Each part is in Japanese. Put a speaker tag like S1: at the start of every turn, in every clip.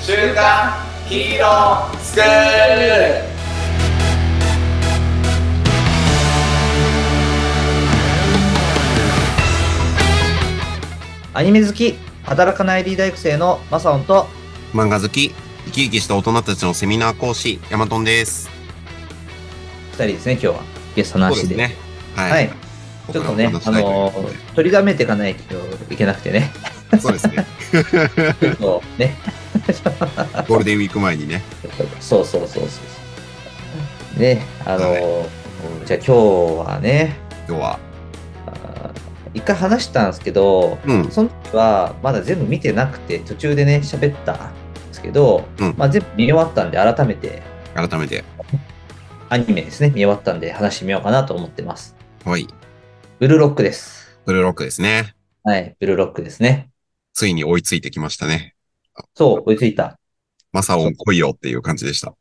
S1: 週刊ヒーロースクール
S2: アニメ好き、働かないリー大学生のマサオンと、
S3: 漫画好き、生き生きした大人たちのセミナー講師、ヤマトンです。
S2: 二人ですね、今日は。ゲストの
S3: そう
S2: 足
S3: で
S2: で。
S3: すね。はい。
S2: はい。ちょっとね、あのー、取りだめていかないといけなくてね。
S3: ー、そうですね。
S2: ちょっとね。
S3: ゴールデンウィーク前にね。
S2: そうそうそうそう。ね、あのーじゃあ今日はね、
S3: 今日は。
S2: あー一回話したんですけど、
S3: うん。
S2: その時はまだ全部見てなくて、途中でね、喋ったんですけど、
S3: うん
S2: まあ全部見終わったんで、改めて
S3: 改めて。
S2: アニメですね、見終わったんで話してみようかなと思ってます。
S3: はい。
S2: ブルーロックです。
S3: ブルーロックですね。
S2: はい、ブルーロックですね。
S3: ついに追いついてきましたね。
S2: そう、追いついた。
S3: マサオン来いよっていう感じでした。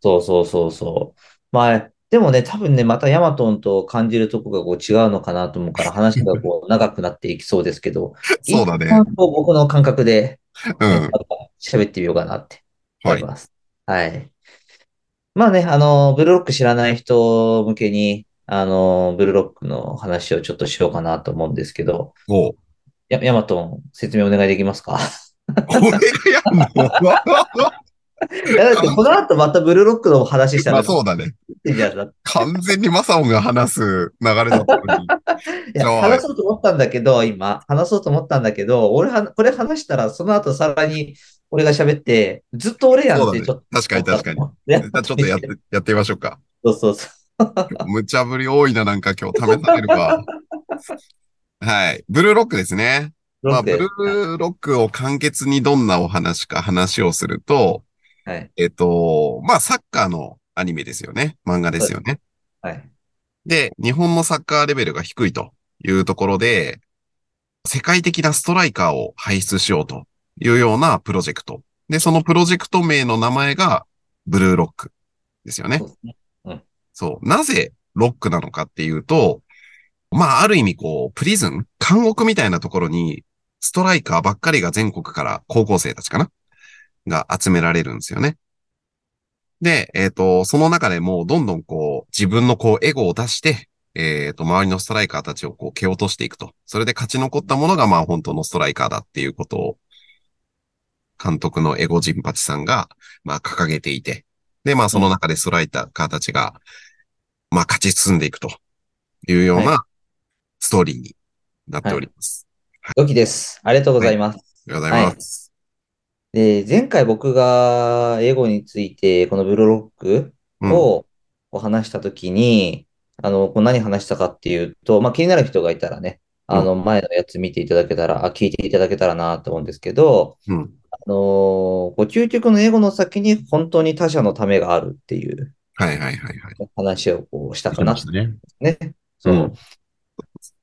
S2: そうそうそうそう。まあ、でもね、多分ね、またヤマトンと感じるとこがこう違うのかなと思うから、話がこう長くなっていきそうですけど、
S3: そうだね
S2: 一旦こう僕の感覚で、
S3: う
S2: なん
S3: ん。
S2: か喋ってみようかなって思
S3: はいい。
S2: ます。はい。まあね、あの、ブルーロック知らない人向けに、あの、ブルーロックの話をちょっとしようかなと思うんですけど、
S3: おう。
S2: やヤマトン、説明お願いできますか
S3: 俺がやんの
S2: いやだってこの後またブルーロックの話した
S3: ま
S2: ら、
S3: あそうだね。
S2: じゃあ
S3: 完全にマサオンが話す流れだったのに。
S2: いや、
S3: はい
S2: 話そうと思ったんだけど、今、話そうと思ったんだけど、俺は、これ話したら、その後さらに、俺が喋って、ずっと俺やん
S3: そ
S2: っ
S3: うだ
S2: て、
S3: ね
S2: ちょっと。
S3: 確かに確かに。
S2: や
S3: じゃあちょっと やって、やってみましょうか。
S2: そうそうそ
S3: 無茶ぶり多いな、なんか今日試されるわ。はい。ブルーロックですね。
S2: う。
S3: まあ、ブル
S2: ロッ
S3: ーロックを簡潔にどんなお話か話をすると、
S2: クはい。
S3: えっと、まあ、サッカーのアニメですよね。漫画ですよね。
S2: はい。
S3: で、日本のサッカーレベルが低いというところで、世界的なストライカーを輩出しようというようなプロジェクト。で、そのプロジェクト名の名前がブルーロックですよね
S2: そう。ですね。
S3: そう。なぜロックなのかっていうと、まあ、ある意味こう、プリズン監獄みたいなところに、ストライカーばっかりが全国から高校生たちかなが集められるんですよね。で、えっ、と、その中でもうどんどんこう、自分のこう、エゴを出して、えっ、と、周りのストライカーたちをこう、蹴落としていくと。それで勝ち残ったものがまあ、本当のストライカーだっていうことを、監督のエゴジンパチさんが、まあ、掲げていて。で、まあ、その中でストライカーたちが、まあ、勝ち進んでいくというよう
S2: は
S3: なストーリーになっております。
S2: ドキです。ありがとうございます。
S3: ありがとうございます。
S2: で、前回僕が英語について、このブルーロック
S3: うん
S2: をこう話したときに、あの、こう何話したかっていうと、まあ、気になる人がいたらね、あの、前のやつ見ていただけたら、あ、聞いていただけたらなと思うんですけど、
S3: うん。
S2: あのーこう究極の英語の先に本当に他者のためがあるっていう
S3: はいはいはいはい。
S2: 話をこうしたかなと
S3: ね。
S2: ね。そう
S3: うん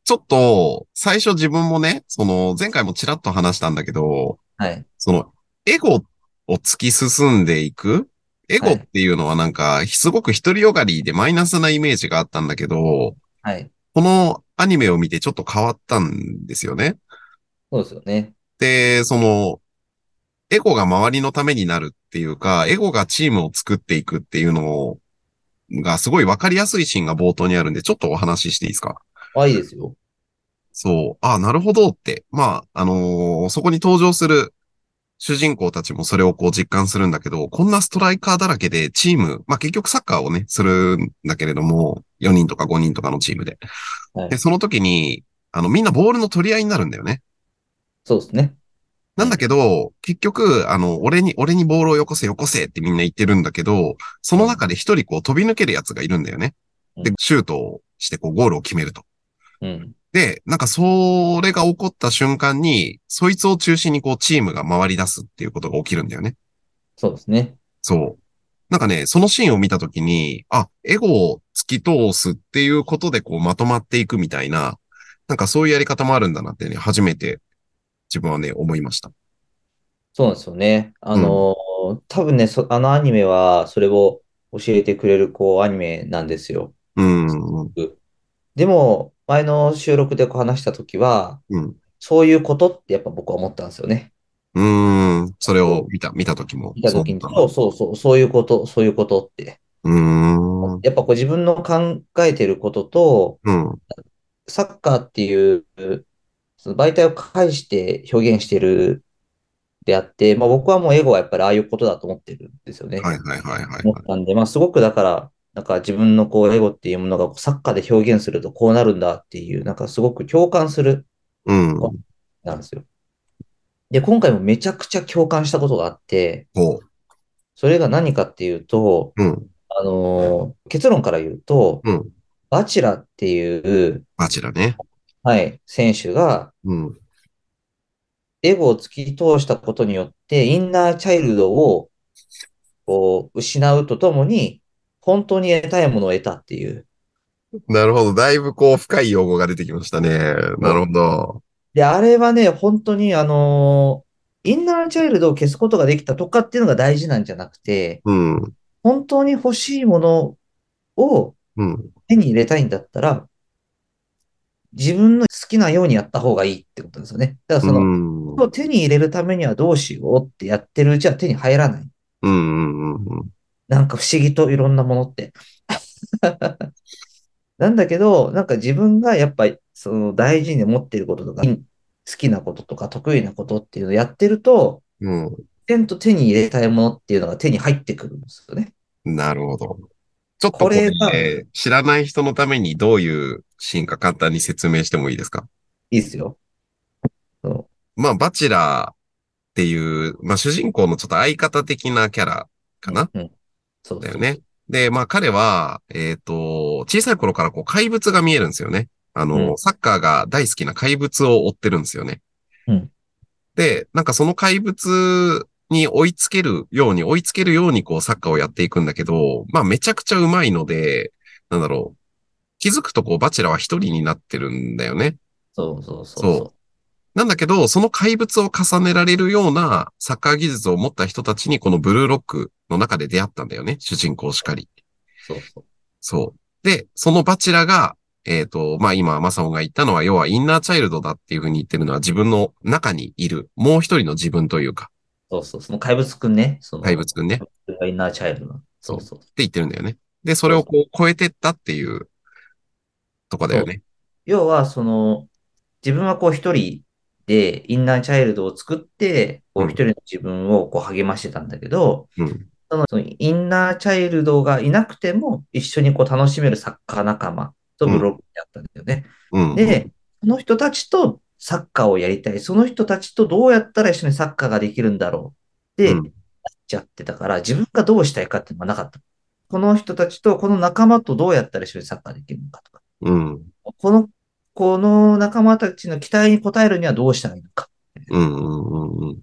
S3: ちょっと、最初自分もね、その、前回もちらっと話したんだけど、
S2: はい。
S3: その、エゴを突き進んでいく。エ
S2: は
S3: ゴ
S2: い
S3: っていうのはなんか、すごく独りよがりでマイナスなイメージがあったんだけど、
S2: はい。
S3: このアニメを見てちょっと変わったんですよね。
S2: そうですよね。
S3: で、その、エゴが周りのためになるっていうか、エゴがチームを作っていくっていうのがすごいわかりやすいシーンが冒頭にあるんで、ちょっとお話ししていいですか
S2: あ、いいですよ。
S3: そう、あなるほどって。まあ、あのーそこに登場する主人公たちもそれをこう実感するんだけど、こんなストライカーだらけでチーム、まあ結局サッカーをね、するんだけれども、4人とか5人とかのチームで。
S2: はい
S3: で、その時に、あの、みんなボールの取り合いになるんだよね。
S2: そうですね。
S3: なんだけど、結局、あの、俺に、俺にボールをよこせよこせってみんな言ってるんだけど、その中で一人こう飛び抜けるやつがいるんだよね。で
S2: うん、
S3: シュートをしてこうゴールを決めると。
S2: うん。
S3: で、なんかそれが起こった瞬間に、そいつを中心にこうチームが回り出すっていうことが起きるんだよね。
S2: そうですね。
S3: そう。なんかね、そのシーンを見たときに、あ、エゴを突き通すっていうことでこうまとまっていくみたいな、なんかそういうやり方もあるんだなってね、初めて自分はね、思いました。
S2: そうなんですよね。あのー多分ね、そ、あのアニメはそれを教えてくれるこうアニメなんですよ。
S3: うんうんうん。
S2: でも、前の収録でこう話したときは、
S3: うん
S2: そういうことってやっぱ僕は思ったんですよね。
S3: うーん、それを見た、見た時も。
S2: 見た時に、
S3: そう
S2: そうそうそう、そういうこと、そういうことって。
S3: うーん。
S2: やっぱこう自分の考えてることと、
S3: うん。
S2: サッカーっていう、その媒体を介して表現してるであって、まあ僕はもうエゴはやっぱりああいうことだと思ってるんですよね。
S3: はいはいはいはい
S2: 思。ったんで、まあすごくだから、なんか自分のこうエゴっていうものがこうサッカーで表現するとこうなるんだっていう、なんかすごく共感する
S3: うん。こ
S2: なんですよ。で、今回もめちゃくちゃ共感したことがあって、
S3: う。
S2: それが何かっていうと、
S3: うん。
S2: あのー結論から言うと、
S3: うん。
S2: バチラっていう、
S3: バチラね。
S2: はい、選手が、
S3: うん。
S2: エゴを突き通したことによって、インナーチャイルドを、こう、失うとともに、本当に得たいものを得たっていう。
S3: なるほど。だいぶこう、深い用語が出てきましたね。なるほど。
S2: で、あれはね、本当に、あのーインナーチャイルドを消すことができたとかっていうのが大事なんじゃなくて、
S3: うん。
S2: 本当に欲しいものを
S3: うん。
S2: 手に入れたいんだったら、自分の好きなようにやった方がいいってことですよね。だからその、
S3: うん。
S2: を手に入れるためにはどうしようってやってるうちは手に入らない。
S3: うん。うん。
S2: なんか不思議といろんなものって。なんだけど、なんか自分がやっぱりその大事に持っていることとか、好きなこととか得意なことっていうのをやってると、
S3: うん。
S2: 自然と手に入れたいものっていうのが手に入ってくるんですよね。
S3: なるほど。ちょっとこ
S2: こ
S3: れ
S2: れ
S3: ね、知らない人のためにどういうシーンか簡単に説明してもいいですか
S2: いいですよ。そう
S3: まあ、バチェラーっていう、まあ、主人公のちょっと相方的なキャラかな、
S2: うん。そうそう
S3: だよね。で、まあ、彼は、えっ、と、小さい頃からこう怪物が見えるんですよね。あの、
S2: うん
S3: サッカーが大好きな怪物を追ってるんですよね。
S2: うん
S3: で、なんかその怪物に追いつけるように、追いつけるようにこうサッカーをやっていくんだけど、まあめちゃくちゃうまいので、なんだろう。気づくとこうバチェラは一人になってるんだよね。
S2: そうそうそう
S3: そうなんだけど、その怪物を重ねられるようなサッカー技術を持った人たちにこのブルーロックの中で出会ったんだよね。主人公しかり。
S2: そうそう。
S3: そう。で、そのバチェラが、えっ、と、まあ、今、マサオが言ったのは、要はインナーチャイルドだっていうふうに言ってるのは、自分の中にいる、もう一人の自分というか、
S2: そうそう。その怪物くんね。その
S3: 怪物くんね。っ
S2: 怪物がインナーチャイルドの。そうそう。
S3: て言ってるんだよね。で、それをこう、超えてったっていう、とこだよね。
S2: 要は、その、自分はこう一人でインナーチャイルドを作って、こ
S3: う
S2: うん一人の自分をこう励ましてたんだけど、
S3: うん。
S2: そのそのインナーチャイルドがいなくても一緒にこう楽しめるサッカー仲間とブロックだったんだよね。
S3: うん。
S2: で、その人たちとサッカーをやりたい。その人たちとどうやったら一緒にサッカーができるんだろう。で、
S3: うん
S2: やっちゃってたから、自分がどうしたいかっていうのがなかった。この人たちと、この仲間とどうやったら一緒にサッカーできるのかとか。
S3: うん。
S2: この、この仲間たちの期待に応えるにはどうしたらいいのか。
S3: うん。うん。うん。
S2: だか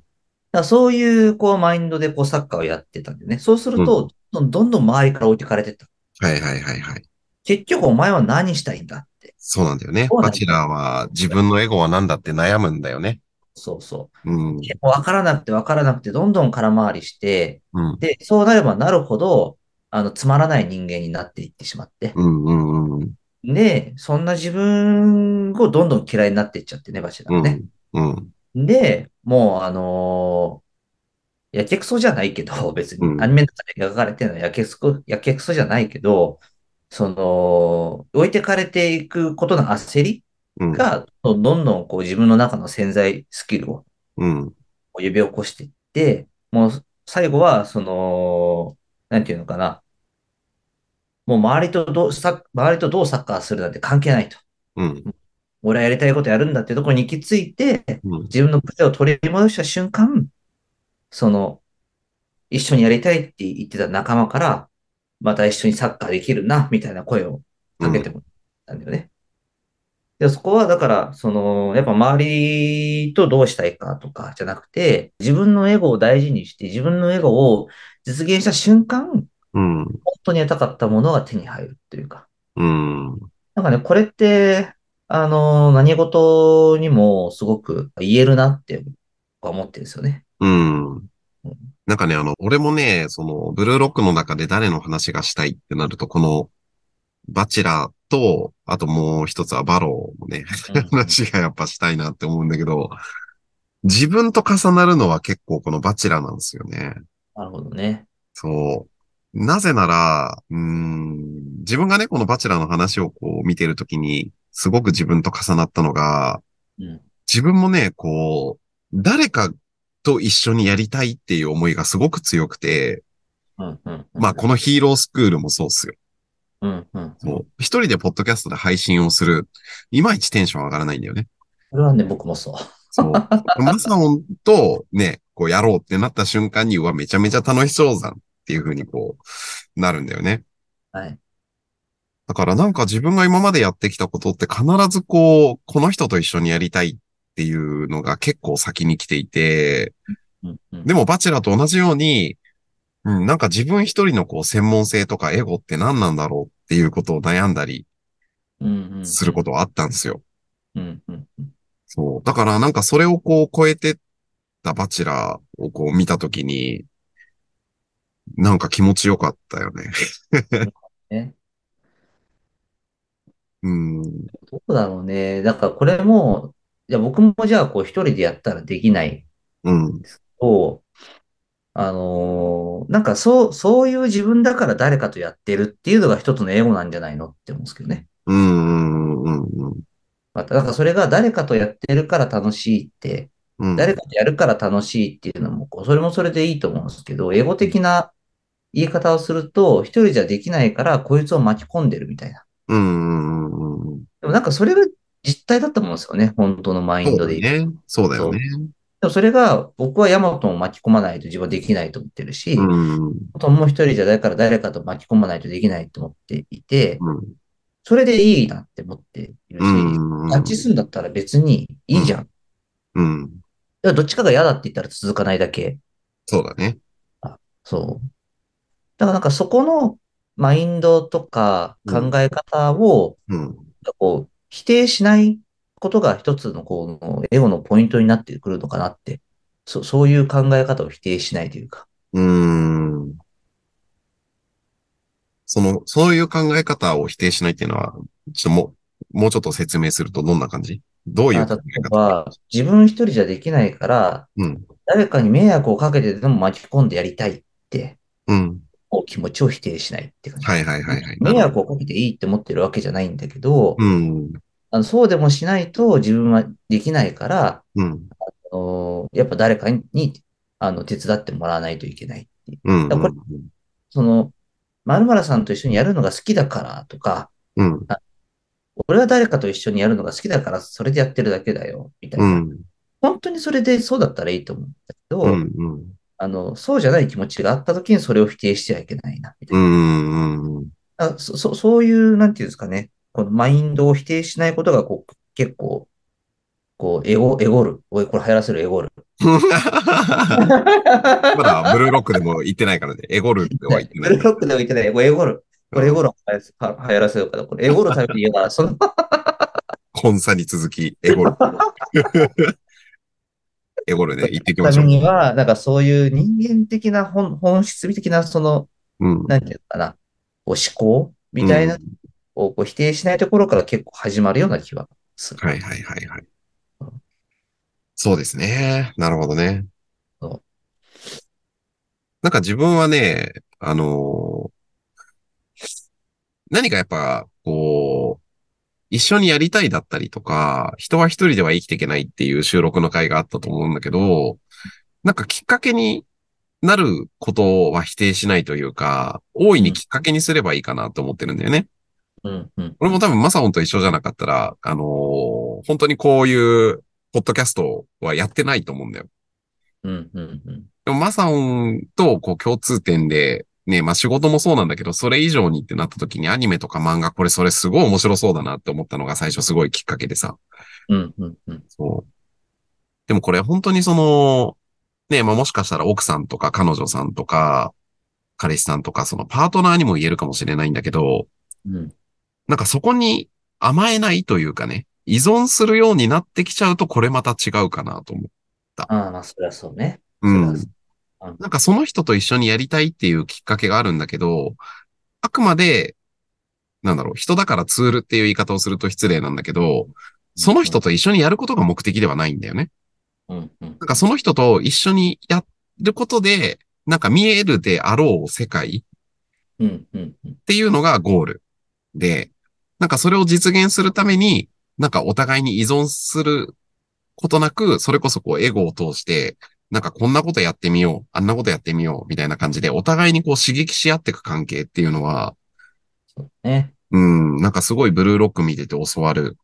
S2: らそういう、こう、マインドで、こう、サッカーをやってたんでね。そうすると、どんどんどん周りから置いてかれてった。
S3: はいはいはいはい。
S2: 結局、お前は何したいんだって。
S3: そうなんだよね
S2: そ。うなんだ
S3: バチェラーは、自分のエゴは何だって悩むんだよね。
S2: そうそ
S3: うん
S2: う。。でも分からなくて分からなくて、どんどん空回りして、
S3: うん。
S2: で、そうなればなるほど、あの、つまらない人間になっていってしまって。
S3: うんうんうん。
S2: で、そんな自分をどんどん嫌いになっていっちゃってね、バチェラ
S3: う
S2: ーね。
S3: ん。うん。
S2: で、もう、あのーやけくそじゃないけど、 別に
S3: うん、
S2: アニメの中で描かれてるのはやけくそ、やけくそじゃないけど、その、置いてかれていくことの焦り
S3: うん。
S2: が、どんどんこう自分の中の潜在スキルを
S3: うん。
S2: こう呼び起こしていって、もう最後は、その、なんていうのかな。もう周りとどう、さ周りとどうサッカーするなんて関係ないと。
S3: うん。
S2: 俺はやりたいことやるんだってところに行き着いて、
S3: うん。
S2: 自分のプレーを取り戻した瞬間、その、一緒にやりたいって言ってた仲間から、また一緒にサッカーできるな、みたいな声をかけてもらったんだよね。で、そこはだから、その、やっぱ周りとどうしたいかとかじゃなくて、自分のエゴを大事にして、自分のエゴを実現した瞬間、本
S3: うん。
S2: 当に得たかったものが手に入るというか。
S3: うん。
S2: なんかね、これって、あの、何事にもすごく言えるなって思ってるんですよ ね。
S3: う
S2: う
S3: ん
S2: ん。
S3: なんかね、あの、俺もね、その、ブルーロックの中で誰の話がしたいってなると、この、バチェラーと、あともう一つはバローのね、
S2: うん
S3: 話がやっぱしたいなって思うんだけど、自分と重なるのは結構このバチェラーなんですよね。
S2: なるほどね。
S3: そう。なぜなら、うーん、自分がね、このバチェラーの話をこう見てるときに、すごく自分と重なったのが、
S2: うん
S3: 自分もね、こう、誰かと一緒にやりたいっていう思いがすごく強くて、
S2: うんうんうん。
S3: まあこのヒーロースクールもそうっすよ。
S2: うんうん。
S3: そう一人でポッドキャストで配信をする。いまいちテンション上がらないんだよね。
S2: それはね、僕もそう。
S3: そう。マサオンとね、こうやろうってなった瞬間に、うわ、めちゃめちゃ楽しそうじゃんっていう風にこう、なるんだよね。
S2: はい。
S3: だからなんか自分が今までやってきたことって必ずこう、この人と一緒にやりたいっていうのが結構先に来ていて、
S2: うんうん
S3: でもバチェラーと同じように、うん、なんか自分一人のこう専門性とかエゴって何なんだろうっていうことを悩んだり
S2: うんうん。
S3: することはあったんですよ。
S2: うんうんうん。
S3: そう。だからなんかそれをこう超えてったバチェラーをこう見たときに、なんか気持ちよかったよね。
S2: ね。
S3: うん。
S2: どうだろうね。だからこれも、じゃあ僕もじゃあこう一人でやったらできない
S3: うん。
S2: を、あのーなんかそう、そういう自分だから誰かとやってるっていうのが一つの英語なんじゃないのって思うんですけどね。
S3: うん。うん。うん。
S2: また、だからそれが誰かとやってるから楽しいって、
S3: うん。
S2: 誰かとやるから楽しいっていうのもこう、それもそれでいいと思うんですけど、英語的な言い方をすると、一人じゃできないからこいつを巻き込んでるみたいな。
S3: うん。うん。うん。
S2: でもなんかそれが実態だと思うんですよね。本当のマイン
S3: そう
S2: ド
S3: だ
S2: で。
S3: ね。そうだよね。
S2: でもそれが僕はヤマトンを巻き込まないと自分はできないと思ってるし、
S3: うん。うん。
S2: あともう一人じゃだから誰かと巻き込まないとできないと思っていて、それでいいなって思っているし、
S3: うん。
S2: 合致するんだったら別にいいじゃん。
S3: うん。
S2: だからどっちかが嫌だって言ったら続かないだけ。
S3: そうだね。
S2: そう。だからなんかそこのマインドとか考え方を、
S3: うん。
S2: こう否定しないことが一つのこのエゴのポイントになってくるのかなって、そそういう考え方を否定しないというか。
S3: うん。その、そういう考え方を否定しないっていうのは、ちょっともう、もうちょっと説明するとどんな感じどういう
S2: あ
S3: 考
S2: 例
S3: え
S2: え
S3: 方
S2: ば、自分一人じゃできないから、
S3: うん。
S2: 誰かに迷惑をかけてでも巻き込んでやりたいって、
S3: うん。
S2: こう気持ちを否定しないって感じ。
S3: はいはいはいはい。
S2: 迷惑をかけていいって思ってるわけじゃないんだけど、
S3: うん。
S2: あのそうでもしないと自分はできないから、
S3: うん。
S2: あのやっぱ誰かにあの手伝ってもらわないといけないっていう。
S3: うん。
S2: だからこその、まるまるさんと一緒にやるのが好きだからとか、
S3: うん。
S2: 俺は誰かと一緒にやるのが好きだからそれでやってるだけだよ、みたいうな。
S3: ん。
S2: 本当にそれでそうだったらいいと思うんだけど、
S3: うん。うん。
S2: あの、そうじゃない気持ちがあった時にそれを否定してはいけないな、みたいな。
S3: うん。
S2: あそそそういう、なんていうんですかね、このマインドを否定しないことがこう結構、こう、エゴ、エゴる。おい、これ流行らせるエゴる。
S3: まだブルーロックでも行ってないからね。エゴルでは行って
S2: ブ
S3: な
S2: ル
S3: い
S2: ー。ロックでも言ってない、エゴ、エゴる。これエゴる流行らせ流行らせるから、これエゴるために言う から、その、
S3: コンサに続き、エゴル。エゴルね、行ってきま
S2: た
S3: しょ
S2: め
S3: う。
S2: には、なんかそういう人間的な本、本質的な、その、
S3: うん。
S2: なんていうのかな、こう思考みたいな
S3: うん
S2: をこう否定しないところから結構始まるような気はする。
S3: はいはいはいはい。そうですね。なるほどね
S2: そう。
S3: なんか自分はね、あのー何かやっぱ、こう、一緒にやりたいだったりとか、人は一人では生きていけないっていう収録の回があったと思うんだけど、なんかきっかけになることは否定しないというか、大いにきっかけにすればいいかなと思ってるんだよね。
S2: うん、うん。
S3: 俺も多分マサオンと一緒じゃなかったら、あのー本当にこういう、ポッドキャストはやってないと思うんだよ。
S2: うん、うん、うん。
S3: でもマサオンとこう共通点で、ね、まあ仕事もそうなんだけど、それ以上にってなった時にアニメとか漫画、これそれすごい面白そうだなって思ったのが最初すごいきっかけでさ。
S2: うん、うん、うん。
S3: そう。でもこれ本当にその、ね、まあもしかしたら奥さんとか彼女さんとか、彼氏さんとか、そのパートナーにも言えるかもしれないんだけど、
S2: うん、
S3: なんかそこに甘えないというかね、依存するようになってきちゃうとこれまた違うかなと思
S2: ああ、まあ、そりゃそうね。
S3: う。う
S2: そりゃ
S3: ん。
S2: そううん
S3: なんかその人と一緒にやりたいっていうきっかけがあるんだけど、あくまで、なんだろう、人だからツールっていう言い方をすると失礼なんだけど、その人と一緒にやることが目的ではないんだよね。
S2: うんうん
S3: なんかその人と一緒にやることで、なんか見えるであろう世界
S2: うんうんうん
S3: っていうのがゴールで、なんかそれを実現するために、なんかお互いに依存することなく、それこそこうエゴを通して、なんかこんなことやってみよう、あんなことやってみよう、みたいな感じで、お互いにこう刺激し合っていく関係っていうのは、
S2: そうね。
S3: うん、なんかすごいブルーロック見てて教わる、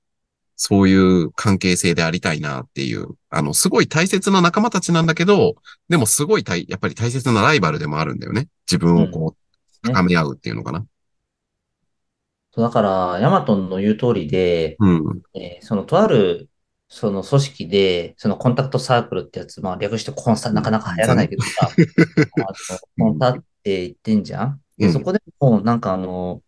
S3: そういう関係性でありたいなっていう、あの、すごい大切な仲間たちなんだけど、でもすごい大、やっぱり大切なライバルでもあるんだよね。自分をこう、
S2: うんね
S3: 高め合うっていうのかな。
S2: そうだから、ヤマトンの言う通りで、
S3: うん、
S2: えーそのとある、その組織で、そのコンタクトサークルってやつ、まあ略してコンサ、なかなか流行らないけど さ、あのコンサって言ってんじゃん
S3: う
S2: で
S3: ん
S2: そこでも、なんかあの、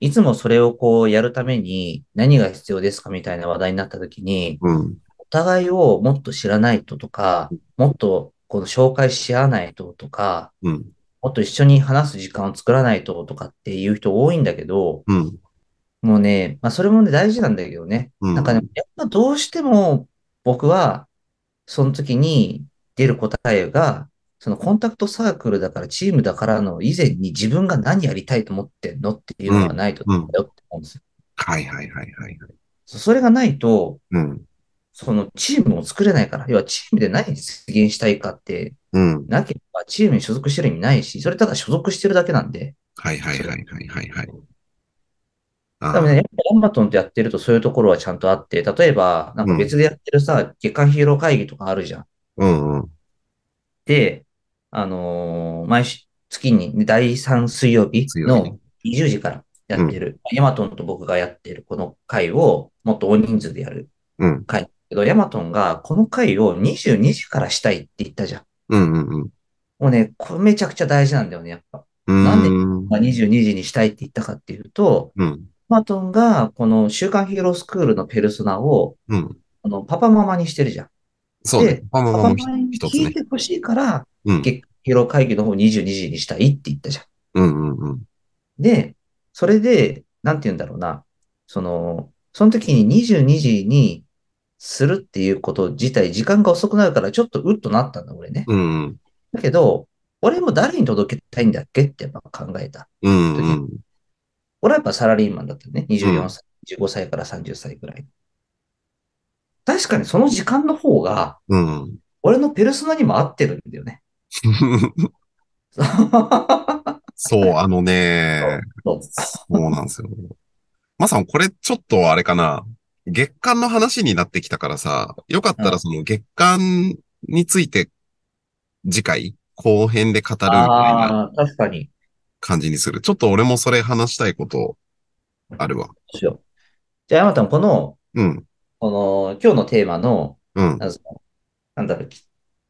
S2: いつもそれをこうやるために何が必要ですかみたいな話題になった時に、
S3: うん、
S2: お互いをもっと知らないととか、もっとこの紹介し合わないととか、
S3: うん、
S2: もっと一緒に話す時間を作らないととかっていう人多いんだけど、
S3: うん、
S2: もうね、まあそれもね大事なんだけどね。
S3: うん
S2: なんかね、やっぱどうしても僕は、その時に出る答えが、そのコンタクトサークルだからチームだからの以前に自分が何やりたいと思ってんのっていうのがないと
S3: う
S2: だ
S3: ん
S2: よって思うんですよ。
S3: はいはいはいはい。
S2: そそれがないと、
S3: うん、
S2: そのチームを作れないから、要はチームで何実現したいかって
S3: うん、
S2: なければチームに所属してる意味ないし、それただ所属してるだけなんで、
S3: はいはいはいはいはいはい。あ
S2: 多分
S3: ー
S2: ね、やっぱりアンバトンってやってるとそういうところはちゃんとあって、例えば、なんか別でやってるさ、月間ヒーロー会議とかあるじゃん。
S3: うん、うん、
S2: で、あのー毎週、月に、ね、第3水曜日
S3: 水曜日ね
S2: の20時からやってる、ヤマトンと僕がやってるこの会を、もっと大人数でやる
S3: うん、
S2: 会だけど、ヤマトンがこの会を22時からしたいって言ったじゃん。
S3: うん、うん、
S2: もうね、これめちゃくちゃ大事なんだよね、やっぱ。
S3: うん。
S2: なんで
S3: うん、
S2: まあ、22時にしたいって言ったかっていうと、
S3: うん、
S2: ヤマトンがこの週刊ヒーロースクールのペルソナを、
S3: うん。
S2: あのパパママにしてるじゃん。
S3: そうね
S2: で。
S3: パパ
S2: パ
S3: マ
S2: パ
S3: マ
S2: マ
S3: も
S2: マ
S3: ひ
S2: に
S3: 一つ
S2: 聞
S3: ね
S2: い。てほしいから、
S3: うん、
S2: 月間ヒーロー会議の方22時にしたいって言ったじゃん。
S3: うん、うん、うん。
S2: で、それで、なんて言うんだろうな。その、その時に22時にするっていうこと自体、時間が遅くなるから、ちょっとうっとなったんだ、俺ね。
S3: うん、うん。
S2: だけど、俺も誰に届けたいんだっけってやっぱ考えた。
S3: うんうん。
S2: 俺はやっぱサラリーマンだったよね。
S3: うん
S2: 24歳、15歳から30歳ぐらい。確かにその時間の方が、
S3: うん。
S2: 俺のペルソナにも合ってるんだ よね。
S3: そう、あのね、
S2: そう
S3: そうなんですよ。まさん、これちょっとあれかな。月間の話になってきたからさ、よかった
S2: う
S3: ら
S2: ん
S3: その月間について、次回、後編で語るみたいな
S2: ああ、確かに。
S3: 感じにする。ちょっと俺もそれ話したいこと、あるわ。
S2: そうしよう。じゃあ、山田君、この、
S3: うん、
S2: この、今日のテーマの、
S3: うん。
S2: あのなんだろう、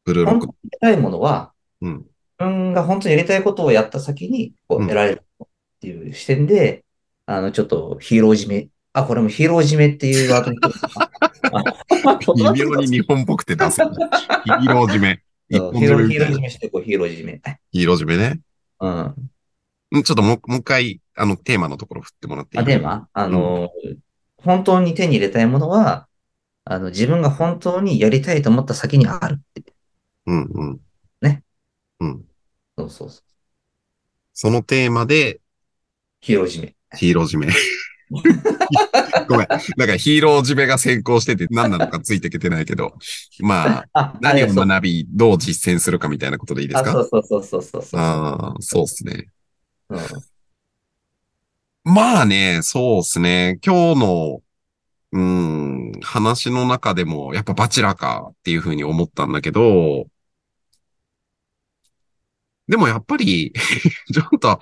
S3: ブルーロッ
S2: 本
S3: ク
S2: 当。にやりたいものは、
S3: うん、
S2: 自分が本当にやりたいことをやった先に、こう、
S3: うん
S2: 得られるっていう視点で、あの、ちょっとヒーロー締め。あ、これもヒーロー締めっていうワードに。あ
S3: 微妙に日本っぽくて出すよね。ヒーロー締め。
S2: ヒ
S3: 一
S2: ーロ
S3: 本
S2: ー
S3: 締めみ
S2: ヒーロ
S3: たい
S2: ー締
S3: な。
S2: めして、こう、ヒーロー締め。
S3: ヒーロー締めね。
S2: うん。
S3: うんちょっともうもう一回、あの、テーマのところ振ってもらっていい
S2: あ、テーマあの、本当に手に入れたいものは、あの、自分が本当にやりたいと思った先にあるって。
S3: うんうん。
S2: ね。
S3: うん。
S2: そうそうそう。
S3: そのテーマで、
S2: ヒーロー締め。
S3: ヒーロー締め。 ごめん。なんかヒーロー締めが先行してて何なのかついていけてないけど。まあ、
S2: あ、
S3: 何
S2: あれ
S3: を学び、どう実践するかみたいなことでいいです
S2: あ、そ
S3: か
S2: うそうそうそうそうそう。
S3: ああー、そうですね。
S2: うん
S3: まあね、そうですね。今日の、うん、話の中でも、やっぱバチェラーかっていうふうに思ったんだけど、でもやっぱり、 ちょっと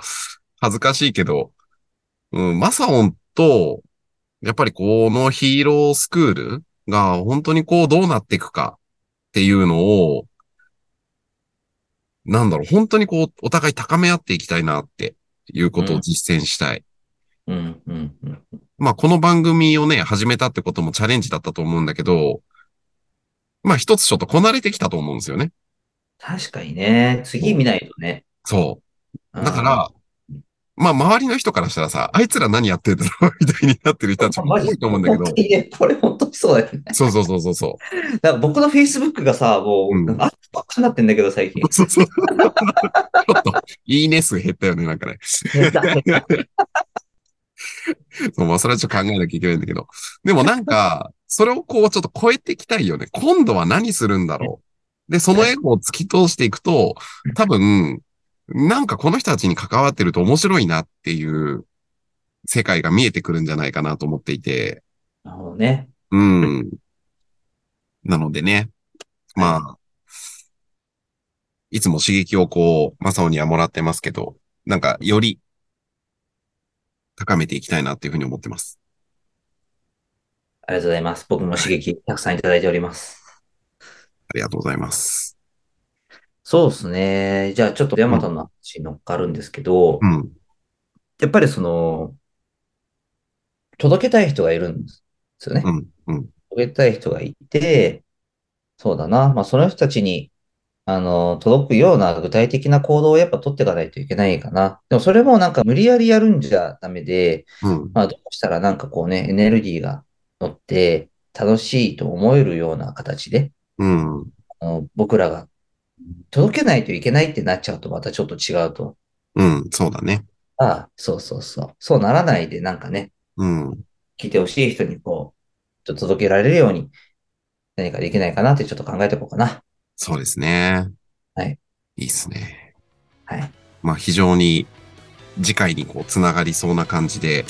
S3: 恥ずかしいけど、うん、マサオンと、やっぱりこのヒーロースクールが本当にこうどうなっていくかっていうのを、なんだろう、本当にこうお互い高め合っていきたいなっていうことを実践したい。
S2: うんうんうん。
S3: まあ、この番組をね、始めたってこともチャレンジだったと思うんだけど、まあ、一つちょっとこなれてきたと思うんですよね。
S2: 確かにね。次見ないとね。
S3: そう。
S2: うん
S3: だから、まあ、周りの人からしたらさ、あいつら何やってんだろうみたいになってる人たちも多いと思うんだけ ど
S2: 本当、にね、これ本当にそうだよね。
S3: そうそうそうそうそ
S2: だから僕の Facebook がさ、もう、
S3: うん
S2: なんかあったばっかになってんだけど、最近
S3: う。。そうそう。ちょっと、いいね数減ったよね、なんかね。そう、まあ、それはちょっと考えなきゃいけないんだけど。でもなんか、それをこう、ちょっと超えていきたいよね。今度は何するんだろう。で、そのエゴを突き通していくと、多分、なんかこの人たちに関わってると面白いなっていう世界が見えてくるんじゃないかなと思っていて。
S2: なるほどね。
S3: うん。なのでね。まあ、いつも刺激をこう、マサオにはもらってますけど、なんかより高めていきたいなっていうふうに思ってます。
S2: ありがとうございます。僕も刺激たくさんいただいております。
S3: ありがとうございます。
S2: そうですね。じゃあちょっとヤマトの話に乗っかるんですけど、
S3: うん。
S2: やっぱりその、届けたい人がいるんですよね。
S3: うん。うん。
S2: 届けたい人がいて、そうだな。まあその人たちに、あの、届くような具体的な行動をやっぱ取っていかないといけないかな。でもそれもなんか無理やりやるんじゃダメで、
S3: うん。
S2: まあ、どうしたらなんかこうね、エネルギーが乗って楽しいと思えるような形で、
S3: うん。
S2: あの僕らが届けないといけないってなっちゃうとまたちょっと違うと。
S3: うん。そうだね。
S2: ああ、そうそうそう。そうならないでなんかね、
S3: うん。
S2: 来てほしい人にこう、ちょっと届けられるように何かできないかなってちょっと考えていこうかな。
S3: そうですね。
S2: はい。
S3: いいですね。
S2: はい。
S3: まあ、非常に次回にこう、つながりそうな感じで、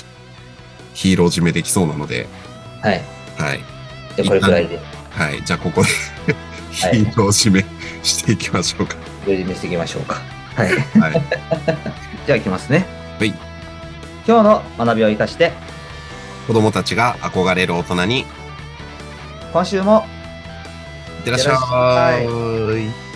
S3: ヒーロー締めできそうなので、
S2: はい。
S3: はい。
S2: じゃあこれくらいで、
S3: はい。じゃあ、ここで、 ヒーロー締めしていきましょうか。
S2: これで見せていきましょうか。はい。
S3: はい。
S2: じゃあいきますね。
S3: はい。
S2: 今日の学びを生かして、
S3: 子供たちが憧れる大人に、い
S2: 今週も
S3: ってらっしゃ
S2: いってらっしゃ
S3: ーい。